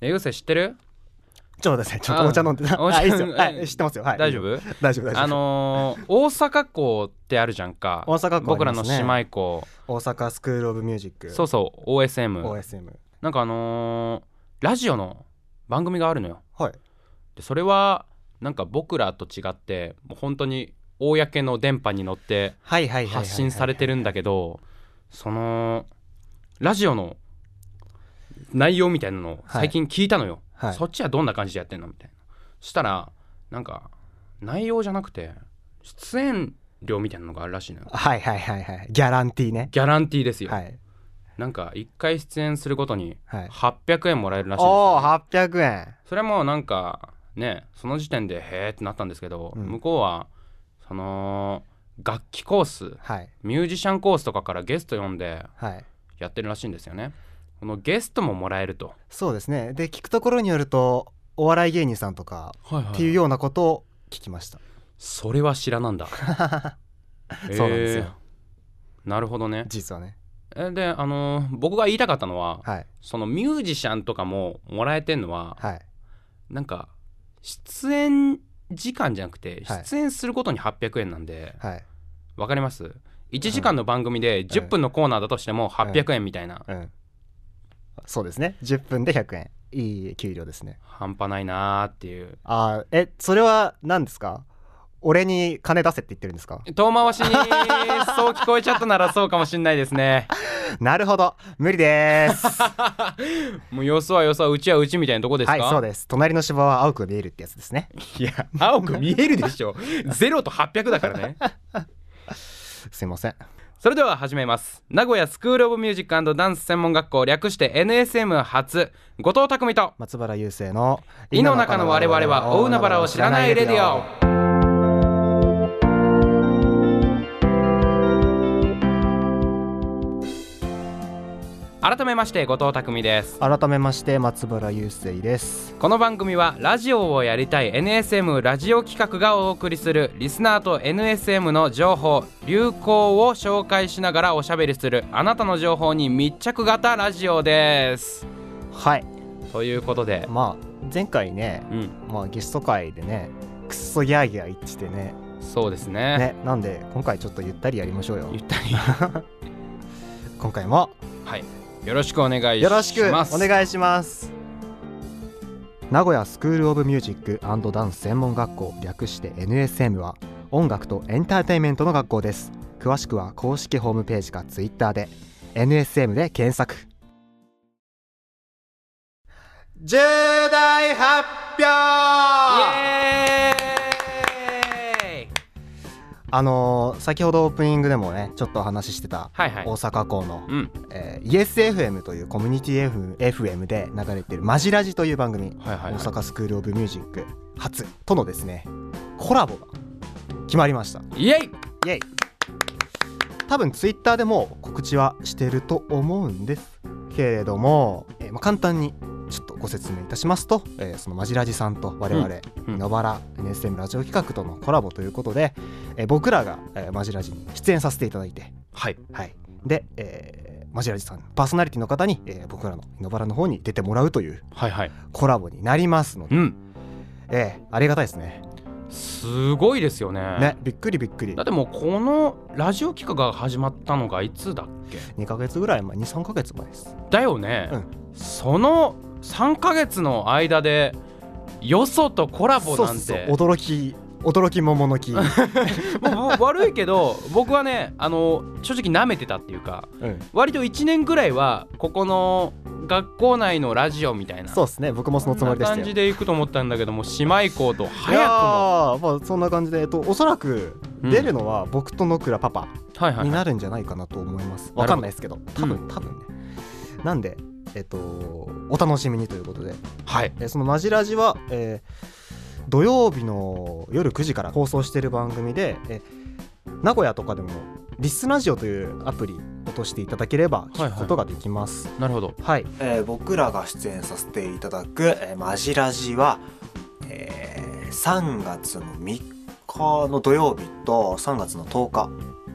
えゆうせ知ってるちょっと待ってください。ちょっとお茶飲んであた。お茶あ、いいですよ。はうんい、知ってますよ。はい。大丈夫大丈夫、大丈夫。あのー大阪校ってあるじゃんか大阪校あ僕りらますねの姉妹校大阪スクールオブミュージック。そうそう OSM OSM。なんかあのーラジオの番組があるのよはい。でそれはなんか僕らと違ってもう本当に公の電波に乗ってはいはいはいはいはい。発信されてるんだけどそのラジオの内容みたいなのを最近聞いたのよ、はいそっちはどんな感じでやってんのみたいなそしたらなんか内容じゃなくて出演料みたいなのがあるらしいのよはいはいはいはい。ギャランティーね。ギャランティーですよ、はい。なんか1回出演するごとにはい。 800円もらえるらしいんですおよお、800円。それもなんかねその時点でへえってなったんですけど、うん向こうはその楽器コースはい。ミュージシャンコースとかからゲスト呼んではい。やってるらしいんですよねこのゲストももらえると、そうですね。で、聞くところによると、お笑い芸人さんとかっていうようなことを聞きました。 それは知らなんだへえそうなんですよなるほどね実はね。えであのー僕が言いたかったのははい。そのミュージシャンとかももらえてんのははい。なんか出演時間じゃなくてはい出演することに800円なんで、はい。わかります1時間の番組で10分のコーナーだとしても800円みたいなうん。そうですね。10分で100円。いい給料ですね。半端ないなーっていうあーえ、それは何ですか俺に金出せって言ってるんですか遠回し にそう聞こえちゃったならそうかもしんないですねなるほど。無理です。もうよそはよそはうちはうちみたいなとこですかはい、そうです。隣の芝は青く見えるってやつですね。いや青く見えるでしょ0と800だからねすいません。それでは始めます名古屋スクール・オブ・ミュージックダンス専門学校略して NSM 初後藤匠と松原雄生の井の中の我々は大海原を知らないレディオ改めまして後藤匠です改めまして松原雄生ですこの番組はラジオをやりたい NSM ラジオ企画がお送りするリスナーと NSM の情報流行を紹介しながらおしゃべりするあなたの情報に密着型ラジオですはいということでまあ前回ね、うんまあ、ゲスト会でねくっそギャーギャー言っててねそうですねなんで今回ちょっとゆったりやりましょうよゆったり今回もはい。よろしくお願いします。よろしくお願いします名古屋スクール・オブ・ミュージックダンス専門学校略して NSM は音楽とエンターテインメントの学校です詳しくは公式ホームページか Twitter で NSM で検索重大発表イエーイあのー先ほどオープニングでもねちょっとお話ししてたはいは大い。阪校の、うん。えー、ESFM というコミュニティ FM で流れてる「マジラジ」という番組はいはい、大は阪スクール・オブ・ミュージック初とのですねコラボが決まりましたい。イエイイエイ多分ツイッターでも告知はしてると思うんですけれども、えーまあ、簡単にちょっとご説明いたしますと、えーそのマジラジさんと我々、うん野原 NSM ラジオ企画とのコラボということで、えー僕らが、えーマジラジに出演させていただいてはい。はい、で、えーマジラジさんパーソナリティの方に、えー僕らの野原の方に出てもらうというはいはい。コラボになりますので、うん。えーありがたいですね。すごいですよね。ねびっくりびっくりだってもうこのラジオ企画が始まったのがいつだっけ2ヶ月ぐらい前23ヶ月前です。だよね、うんその3ヶ月の間でよそとコラボなんそうて そう驚き驚き桃の木、うもうもう悪いけど僕はねあの正直舐めてたっていうかん、割と1年ぐらいはここの学校内のラジオみたいなそうですね僕もそのつもりでなした感よ。じで行くと思ったんだけども姉妹校といや早くもーまあ、そんな感じで、えっと、おそらくうん出るのは僕と野倉パパはいはいにはいなるんじゃないかなと思います。ほどわかんないですけど多う分多分ね。なんで、えっと、お楽しみにということではいえーその「マジラジは」えー土曜日の夜9時から放送している番組で、えー名古屋とかでも「リスラジオ」というアプリ落としていただければ聞くことができます。なるほどはい僕らが出演させていただく「マジラジは」3月の3日の土曜日と3月の10日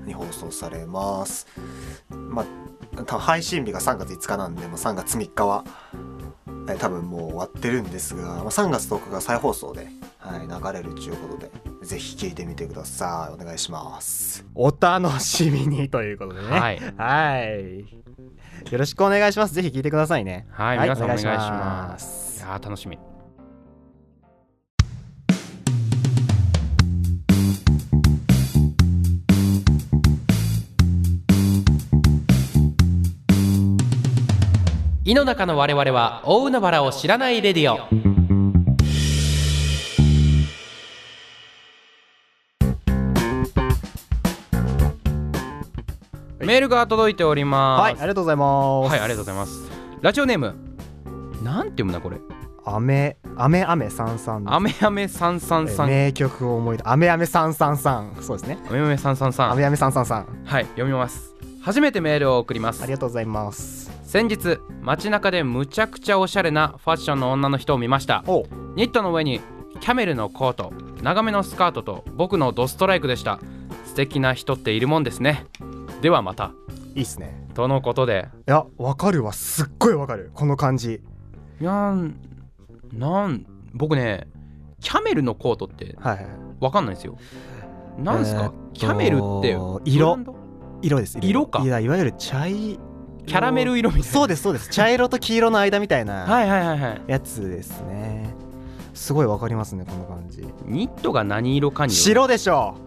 に放送されます。まあ配信日が3月5日なんでも3月3日はえー多分もう終わってるんですが、まあ、3月10日が再放送で、はい、流れるということでぜひ聞いてみてくださいお願いしますお楽しみにということでね、はいい、はいよろしくお願いしますぜひ聞いてくださいねはい、皆さんお願いしますす。いやー楽しみ。井の中の我々は大海原を知らないレディオ。メールが届いております。はいありがとうございますはい、ありがとうございます。ラジオネーム、なんて読むんだこれ。アメアメアメさんさんアメアメさんさんさん。アメ名曲を思い出アメアメさんさんさんそうですねアメさんさんさアん。メアメさんさんさんはい、読みます。初めてメールを送りますあり。がとうございます先日、街中でむちゃくちゃおしゃれなファッションの女の人を見ました。おニットの上にキャメルのコート、長めのスカートと僕のドストライクでした。素敵な人っているもんですね。ではまた。いいっすねとのことで。いやわかるわすっごいわかるこの感じいやーなん、僕ね、キャメルのコートってはいはいわかんないですよ。なんですえかーっ、とキャメルってブランド色です色かいやいわゆる茶いキャラメル色みたいな。そうですそうです茶色と黄色の間みたいなはいはいはいはい。やつですねすごいわかりますねこの感じニットが何色かによる。白でしょ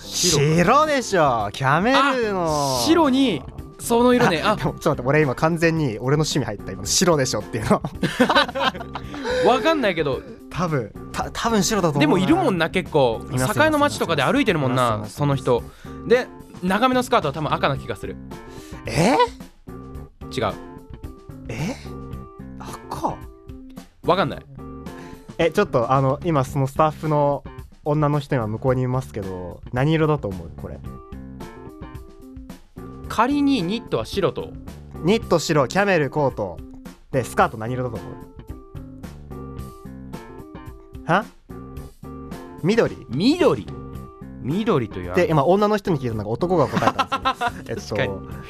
白白でしょキャメルのあ白にその色ね。あ で、もちょっと待って俺今完全に俺の趣味入った今の白でしょっていうの わかんないけど、多分た多分白だと思うでもいるもんなな結構。います境の街とかで歩いてるもんいまな、すその人。で、長めのスカートは多分赤な気がする。え違う。え赤わかんない。えちょっとあの今そのスタッフの女の人今向こうにいますけど何色だと思うこれ仮にニットは白とニット白キャメルコートでスカート何色だと思うは緑緑。緑というで案今女の人に聞いたのが男が答えた んです確よかえっと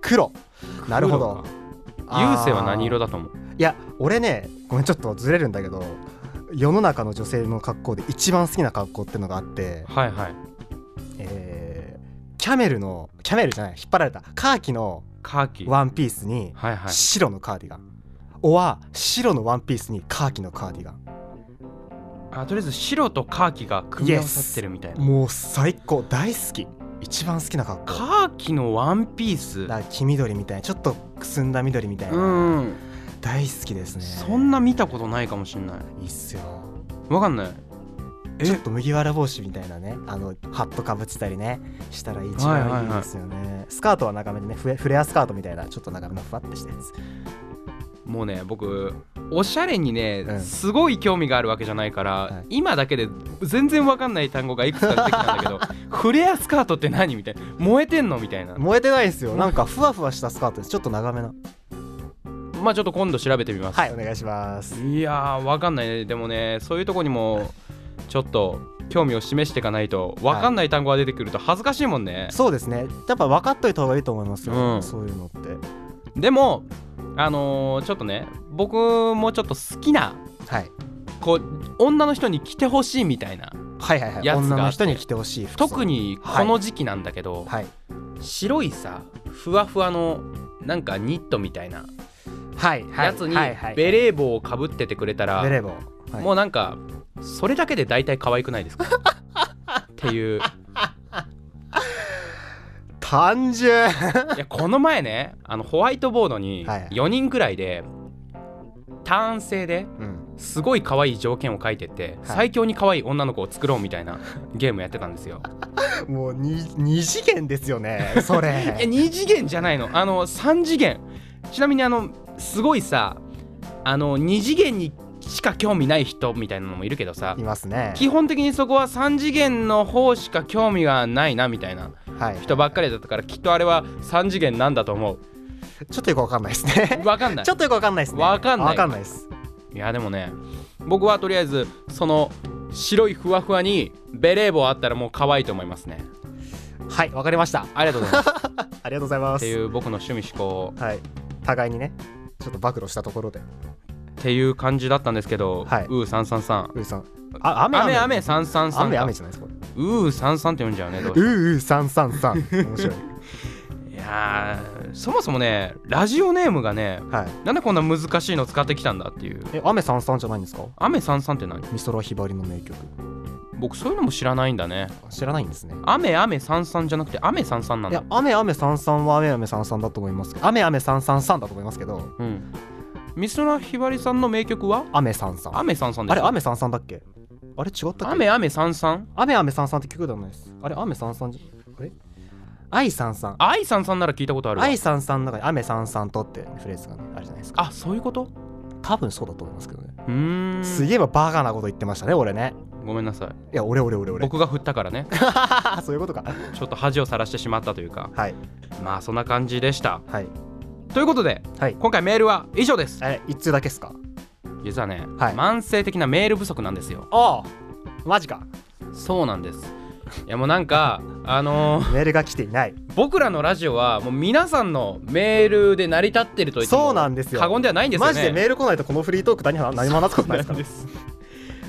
黒なるほど黒か。郵政は何色だだと思ういや俺ねごめんちょっとずれるんだけど世の中の女性の格好で一番好きな格好ってのがあってはいはい。えーキャメルのキャメルじゃない引っ張られたカーキのカーキ。はいワンピースにはい。白のカーディガン、おは白のワンピースにカーキのカーディガンあとりあえず白とカーキが組み合わさってるみたいな、もう最高大好き一番好きな格好カーキのワンピースだから黄緑みたいなちょっとくすんだ緑みたいな、うん、大好きですねそんな見たことないかもしんないいいっすよわかんないえちょっと麦わら帽子みたいなねあのハットかぶってたりねしたら一はいは番いいいはいですよね、スカートは長めでねフレフレアスカートみたいなちょっと長めのふわってしたやつもうね僕おしゃれにね、うんすごい興味があるわけじゃないから、い今だけで全然わかんない単語がいくつか出てきたんだけ ど「フレアスカートって何?」みたいな「燃えてんの?」みたいな燃えてないですよなんかふわふわしたスカートですちょっと長めのまあちょっと今度調べてみます、はいお願いしますい、やーわかんないねでもねそういうとこにもちょっと興味を示していかないとわかんない単語が出てくると恥ずかしいもんね、そうですねやっぱ分かっといた方がいいと思いますよ、うんそういうのってでもあのーちょっとね僕もちょっと好きなはいこう女の人に着てほしいみたいなはいはいはいやつがあって女の人に着てほしい服装特にこの時期なんだけど、はい白いさふわふわのなんかニットみたいなはいはいやつにはいはいベレー帽をかぶっててくれたら、ベレー帽はいもうなんかそれだけで大体可愛くない ですかっていう単純いやこの前ねあのホワイトボードにはいはい4人くらいで単性でうんすごい可愛い条件を書いてって、最強に可愛い女の子を作ろうみたいなゲームやってたんですよ。もうに二次元ですよ ねそいやれ2次元じゃないのあの3次元ちなみにあのすごいさあの2次元にしか興味ない人みたいなのもいるけどさいますね基本的にそこは3次元の方しか興味がないなみたいなはい人ばっかりだったからきっとあれは3次元なんだと思うちょっとよくわかんないですねわかんないちょっとよくわかんないですねわかんないわかんないですいやでもね僕はとりあえずその白いふわふわにベレー帽あったらもう可愛いと思いますねはいわかりました ありがとうございますありがとうございまってすいう僕の趣味思考をはい互いにねちょっと暴露したところでっていう感じだったんですけど、はいうー三三三うーさんあ雨雨雨三三三雨雨かじゃないですかこれうー三三って読んじゃうねどうしてうもーうーさんさん さん面白いいやーそもそもねラジオネームがねはいなんでこんな難しいの使ってきたんだっていうえ雨さんさんじゃないんですか雨三三って何美空ひばりの名曲僕そういうのも知らないんだね知らないんですね雨雨三三じゃなくて雨三三なんいだや雨雨さんさんは雨雨さんさんだと思いますけど雨雨さんさんさんだと思いますけどうん美空ひばりさんの名曲は雨さんさん雨三三であすれ雨さんさんだっけあれ違ったっけ雨雨三三雨雨さんさんって曲ではないですあれ雨さんさんじゃあれ愛さんさん愛三三なら聞いたことあるわ愛さんさんの中に雨さんさんとってフレーズがねあるじゃないですかあそういうこと多分そうだと思いますけどねうーんすげえバカなこと言ってましたね俺ねごめんなさいいや俺俺俺俺僕が振ったから ねそういうことかちょっと恥をさらしてしまったというかはいまあそんな感じでしたはいということではい今回メールは以上ですあれ一通だけっすか実はね、はい慢性的なメール不足なんですよああマジかそうなんですいやもうなん かあのーメールが来ていない僕らのラジオはもう皆さんのメールで成り立ってると言ってもそうなんですよ過言ではないんですよねマジでメール来ないとこのフリートーク何も何も話すことないですから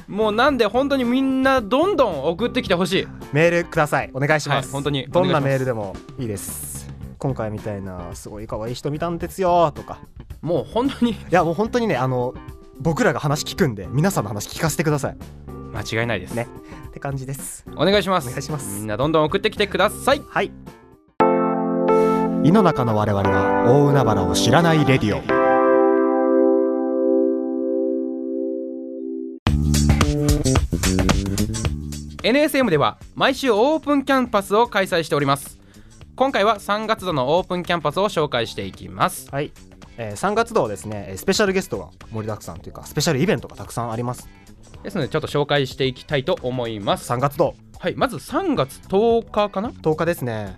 もうなんで本当にみんなどんどん送ってきてほしいメールくださいお願いします、はい本当にどんお願いなしますメールでもいいです今回みたいなすごい可愛い人見たんですよとかもう本当に いやもう本当にねあの僕らが話聞くんで皆さんの話聞かせてください間違いないです、ねって感じですお願いしますお願いしますみんなどんどん送ってきてくださいはい井の中の我々は大海原を知らないレディオうん NSM では毎週オープンキャンパスを開催しております今回は3月度のオープンキャンパスを紹介していきますはい、えー、3月度はですねえースペシャルゲストが盛りだくさんというかスペシャルイベントがたくさんありますですのでちょっと紹介していきたいと思います3月度はいまず3月10日かな10日ですね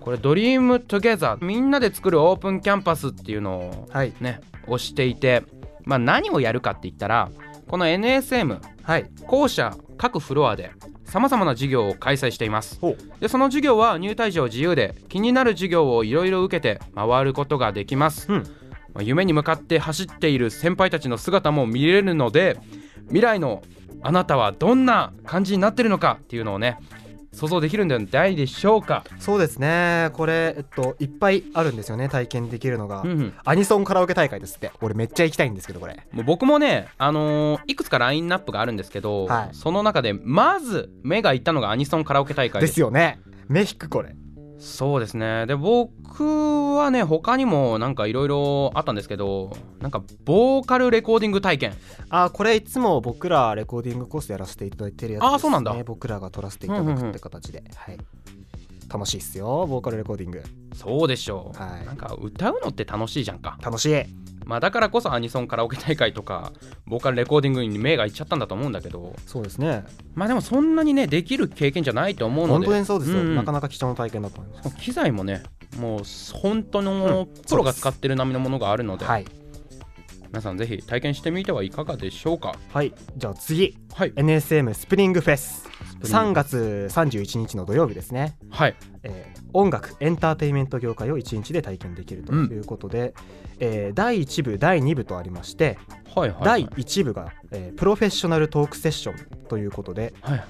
これ「DreamTogether みんなで作るオープンキャンパス」っていうのをはいね押していてまあ何をやるかって言ったらこの NSM はい校舎各フロアでさまざまな授業を開催していますほうでその授業は入退場自由で気になる授業をいろいろ受けて回ることができます、うんまあ夢に向かって走っている先輩たちの姿も見れるので未来のあなたはどんな感じになってるのかっていうのをね想像できるんではないでしょうか、そうですねこれえっといっぱいあるんですよね体験できるのが、うんうんアニソンカラオケ大会ですって俺めっちゃ行きたいんですけどこれもう僕もね、あのーいくつかラインナップがあるんですけど、はいその中でまず目がいったのがアニソンカラオケ大会でですすよね目引くこれそうですねで僕はね他にもなんかいろいろあったんですけどなんかボーカルレコーディング体験あこれいつも僕らレコーディングコースやらせていただいてるやつです、ね、あそうなんだ僕らが撮らせていただくって形で、はい楽しいっすよボーカルレコーディングそうでしょう、はいなんか歌うのって楽しいじゃんか、楽しいまあ、だからこそアニソンカラオケ大会とかボーカルレコーディングに目がいっちゃったんだと思うんだけどそうですねまあでもそんなにねできる経験じゃないと思うの本で当にそうですよ、んんなかなか貴重な体験だと思いま機材もねもう本当のプロが使ってる並みのものがあるので、すはい皆さんぜひ体験してみてはいかがでしょうかはいじゃあ次はい NSM スプリングフェスプリング3月31日の土曜日ですねはいえー音楽エンターテインメント業界を1日で体験できるということで、えー第1部第2部とありまして、はいはい第1部が、えープロフェッショナルトークセッションということで、はい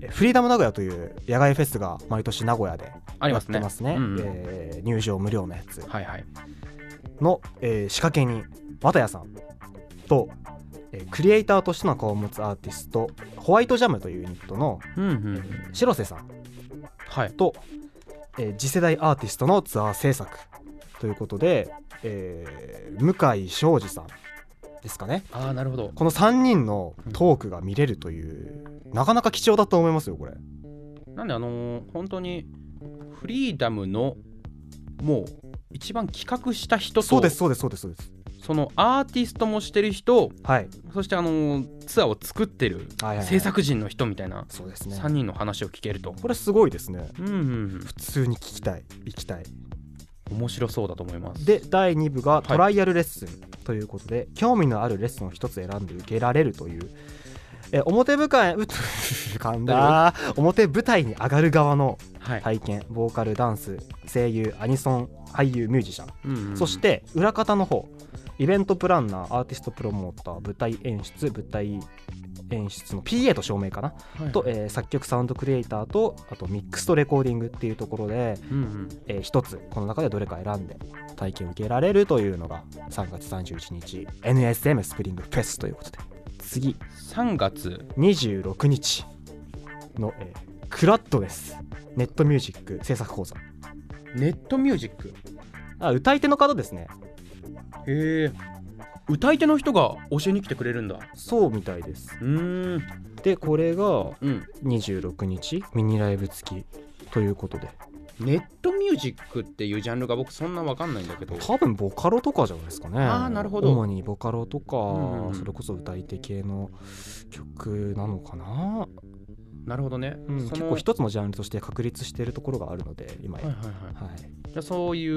えーフリーダム名古屋という野外フェスが毎年名古屋でありやまっすねてますねうんうんえー入場無料のやつはいはいの、えー仕掛け人綿谷さんと、えークリエイターとしての顔を持つアーティストホワイトジャムというユニットのうんうん白瀬さんはいと、えー次世代アーティストのツアー制作ということで、えー向井庄司さんですかねああなるほどこの3人のトークが見れるという、なかなか貴重だと思いますよこれなんであのー本当にフリーダムのもう一番企画した人とそうですそうですそうですそうですそのアーティストもしてる人はいそしてあのーツアーを作ってるはいはいはい制作人の人みたいなそうですね3人の話を聞けると、これすごいですねうんうん普通に聞きたい行きたういん面白そうだと思いますで第2部がいトライアルレッスンということで、興味のあるレッスンを一つ選んで受けられるというえー表舞台うっ 噛んだ表舞台に上がる側のはい、体験ボーカルダンス声優アニソン俳優ミュージシャン、うんうんそして裏方の方イベントプランナーアーティストプロモーター舞台演出舞台演出の PA と照明かな、はいと、えー作曲サウンドクリエイターとあとミックスとレコーディングっていうところで、うんうん、え1つこの中でどれか選んで体験を受けられるというのが3月31日 NSM スプリングフェスということで次3月26日の、えークラッドですネットミュージック制作講座ネットミュージックあ歌い手の方ですねへえ歌い手の人が教えに来てくれるんだそうみたいですうーんでこれがうん26日ミニライブ付きということでネットミュージックっていうジャンルが僕そんなわかんないんだけど多分ボカロとかじゃないですかねあーなるほど主にボカロとか、んうんそれこそ歌い手系の曲なのかな、なるほどね、うんその結構一つのジャンルとして確立しているところがあるので今や、はいははいはいいじゃあそうい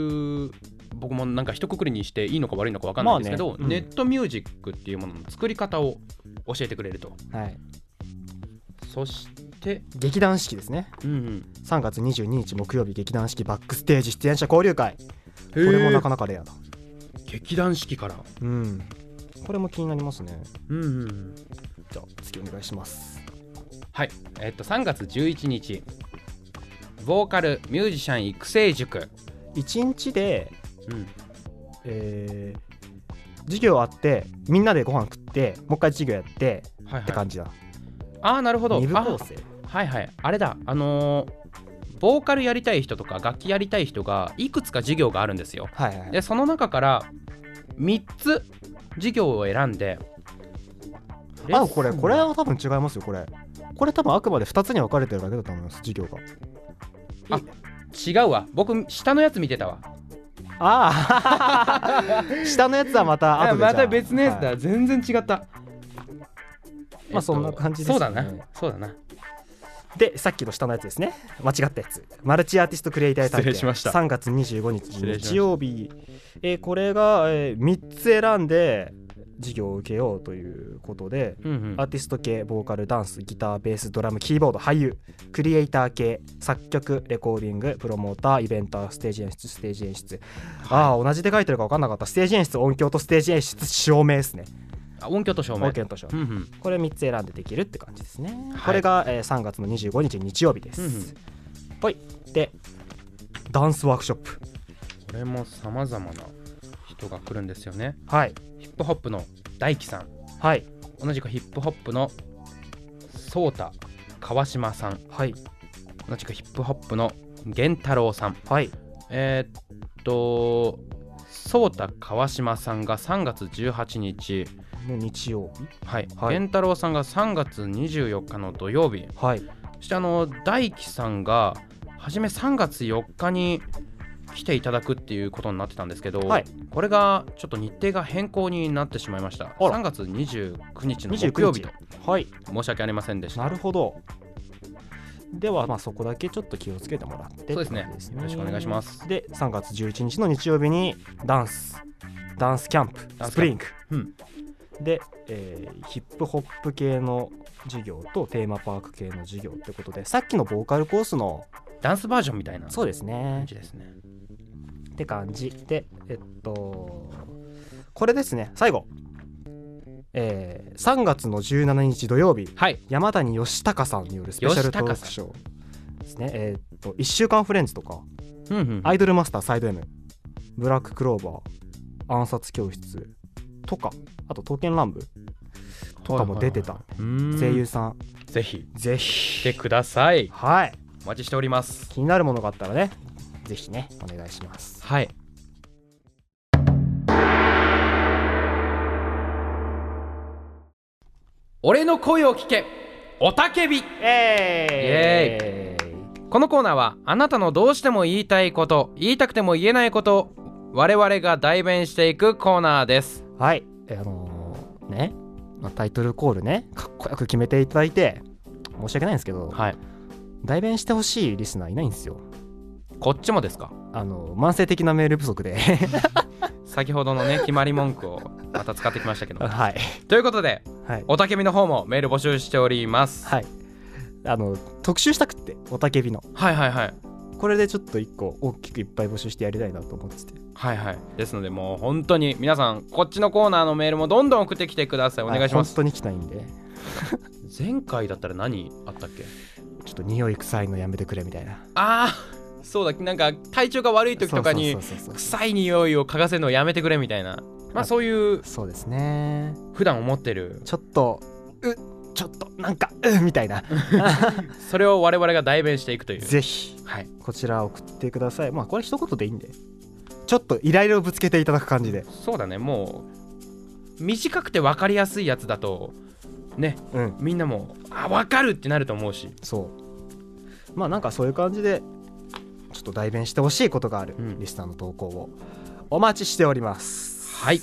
う僕もなんか一括りにしていいのか悪いのか分かんないんですけど、まあねうんネットミュージックっていうものの作り方を教えてくれるとはい、そして、劇団四季ですねうん3月22日木曜日劇団四季バックステージ出演者交流会ここれもなかなかレアだ劇団四季からうんこれも気になりますねうんうんうんじゃあ次お願いしますはいえっと3月11日ボーカルミュージシャン育成塾、 1日でうん、えー授業あってみんなでご飯食ってもう一回授業やってはいってはい感じだ、ああなるほど二部構成あはいはいあれだあのーボーカルやりたい人とか楽器やりたい人がいくつか授業があるんですよはいはいでその中から3つ授業を選んであこれこれは多分違いますよこれこれ多分あくまで2つに分かれてるだけだと思います授業が違うわ僕下のやつ見てたわああ 下のやつはまた後でじゃあまた別のやつだ、はい全然違ったまあそんな感じですねそうだなそうだなでさっきの下のやつですね間違ったやつマルチアーティストクリエイター体験失礼しました3月25日失礼しました日曜日えーこれが、え3つ選んで授業を受けようということでうんうんアーティスト系ボーカルダンスギターベースドラムキーボード俳優クリエイター系作曲レコーディングプロモーターイベンターステージ演出ステージ演出、ああ同じで書いてるか分かんなかったステージ演出音響とステージ演出照明ですねあ音響と照明音響と照う明んうんこれ3つ選んでできるって感じですね、はいこれが、えー3月の25日日曜日でうんうんす、ほいでダンスワークショップこれもさまざまな人が来るんですよねはいヒップホップの大輝さんはい同じくヒップホップの颯太川島さんはい同じくヒップホップの源太郎さんはいえーっと颯太川島さんが3月18日の日曜日はい、はい源太郎さんが3月24日の土曜日はいそしてあの大輝さんが初め3月4日に来ていただくっていうことになってたんですけど、はいこれがちょっと日程が変更になってしまいましたら3月29日の木29曜日日とはい申し訳ありませんでしたなるほど。では、まあ、そこだけちょっと気をつけてもらってそうですねって感じでよろしくお願いしますで、3月11日の日曜日にダンス、ダンスキャンプ、ダンススキプリャング。うんで、えーヒップホップ系の授業とテーマパーク系の授業ってことで、さっきのボーカルコースの、ダンスバージョンみたいなそうですね感。じですねって感じで、えっと、これですね、最後。えー、3月の17日土曜日、はい山谷義隆さんによるスペシャルトークショーですね。えーっと、1週間フレンズとか、うんうんアイドルマスターサイド M、ブラッククローバー、暗殺教室とか、あと刀剣乱舞とかも出てた。声声優さん、ぜひぜ来ひ。てくださいはい。お待ちしております気になるものがあったらね、ぜひね、お願いします。はい俺の声を聞けおたけびえーイこのコーナーはあなたのどうしても言いたいこと言いたくても言えないことを我々が代弁していくコーナーですはい、えーあのーね、まあ、タイトルコールね、かっこよく決めていただいて、申し訳ないんですけど、はい代弁してほしいリスナーいないんですよ。こっちもですかあの慢性的なメール不 足で先ほどのね決まり文句をまた使ってきましたけどはいということではい、おたけびの方もメール募集しておりますはい、あの特集したくっておたけびのはいはいはいこれでちょっと一個大きくいっぱい募集してやりたいなと思っててはいはいですのでもう本当に皆さんこっちのコーナーのメールもどんどん送ってきてくださいお願いしま本す当に来ないんで前回だったら何あったっけちょっと匂い臭いのやめてくれみたいなああそうだなんか体調が悪い時とかにそうそうそうそうそう臭い匂いを嗅がせるのをやめてくれみたいなまあそういうそうですね普段思ってるちょっとうちょっとなんかうみたいなそれを我々が代弁していくというぜひはいこちら送ってくださいまあこれ一言でいいんでちょっとイライラをぶつけていただく感じでそうだねもう短くて分かりやすいやつだとねうんみんなもあ分かるってなると思うしそうまあなんかそういう感じでちょっと代弁してほしいことがある、うんリスナーの投稿をお待ちしておりますはい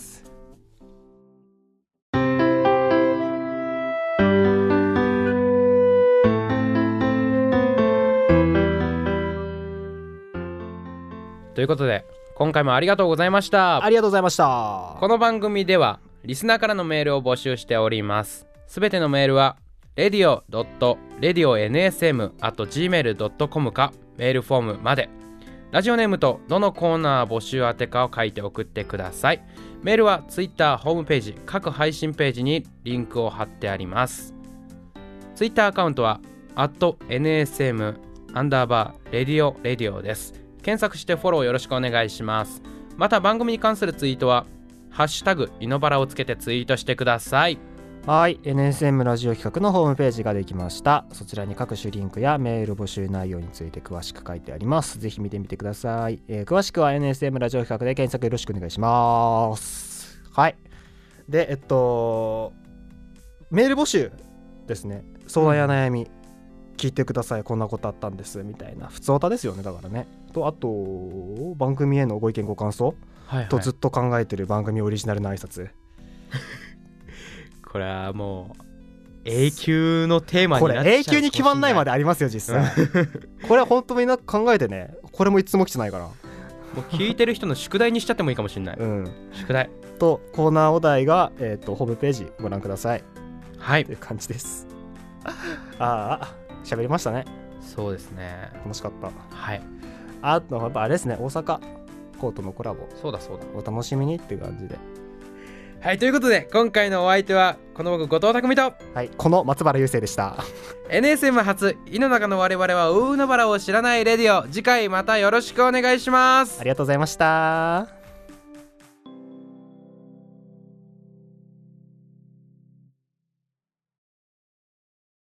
ということで今回もありがとうございましたありがとうございましたこの番組ではリスナーからのメールを募集しておりますすべてのメールは radio.radionsm.gmail.com かメールフォームまでラジオネームとどのコーナー募集宛てかを書いて送ってくださいメールは Twitter ホームページ各配信ページにリンクを貼ってあります Twitter アカウントは @nsm アンダーバーレディオレディオです検索してフォローよろしくお願いしますまた番組に関するツイートはハッシュタグイノバラをつけてツイートしてください。はい NSM ラジオ企画のホームページができましたそちらに各種リンクやメール募集内容について詳しく書いてありますぜひ見てみてください、えー詳しくは NSM ラジオ企画で検索よろしくお願いしますはいでえっとメール募集ですね相談や悩み、聞いてくださいこんなことあったんですみたいな普通歌ですよねだからねとあと番組へのご意見ご感想はい、とずっと考えてる番組オリジナルの挨拶、これはもう永久のテーマにこなれっちゃう永久に決まんないまでありますよ実際 これは本当みんな考えてねこれもいつも来てないからもう聞いてる人の宿題にしちゃってもいいかもしれない。うん宿題。とコーナーお題が、えー、とホームページご覧くださいはいとい。う感じですああ喋りましたねそうですね。楽しかったはい。あとやっぱあれですね大阪コートのコラボそうだそうだ。お楽しみにっていう感じではいということで今回のお相手はこの僕後藤匠とはいこの松原優生でした NSM 初井の中の我々は大海原を知らないレディオ次回またよろしくお願いしますあ。りがとうございました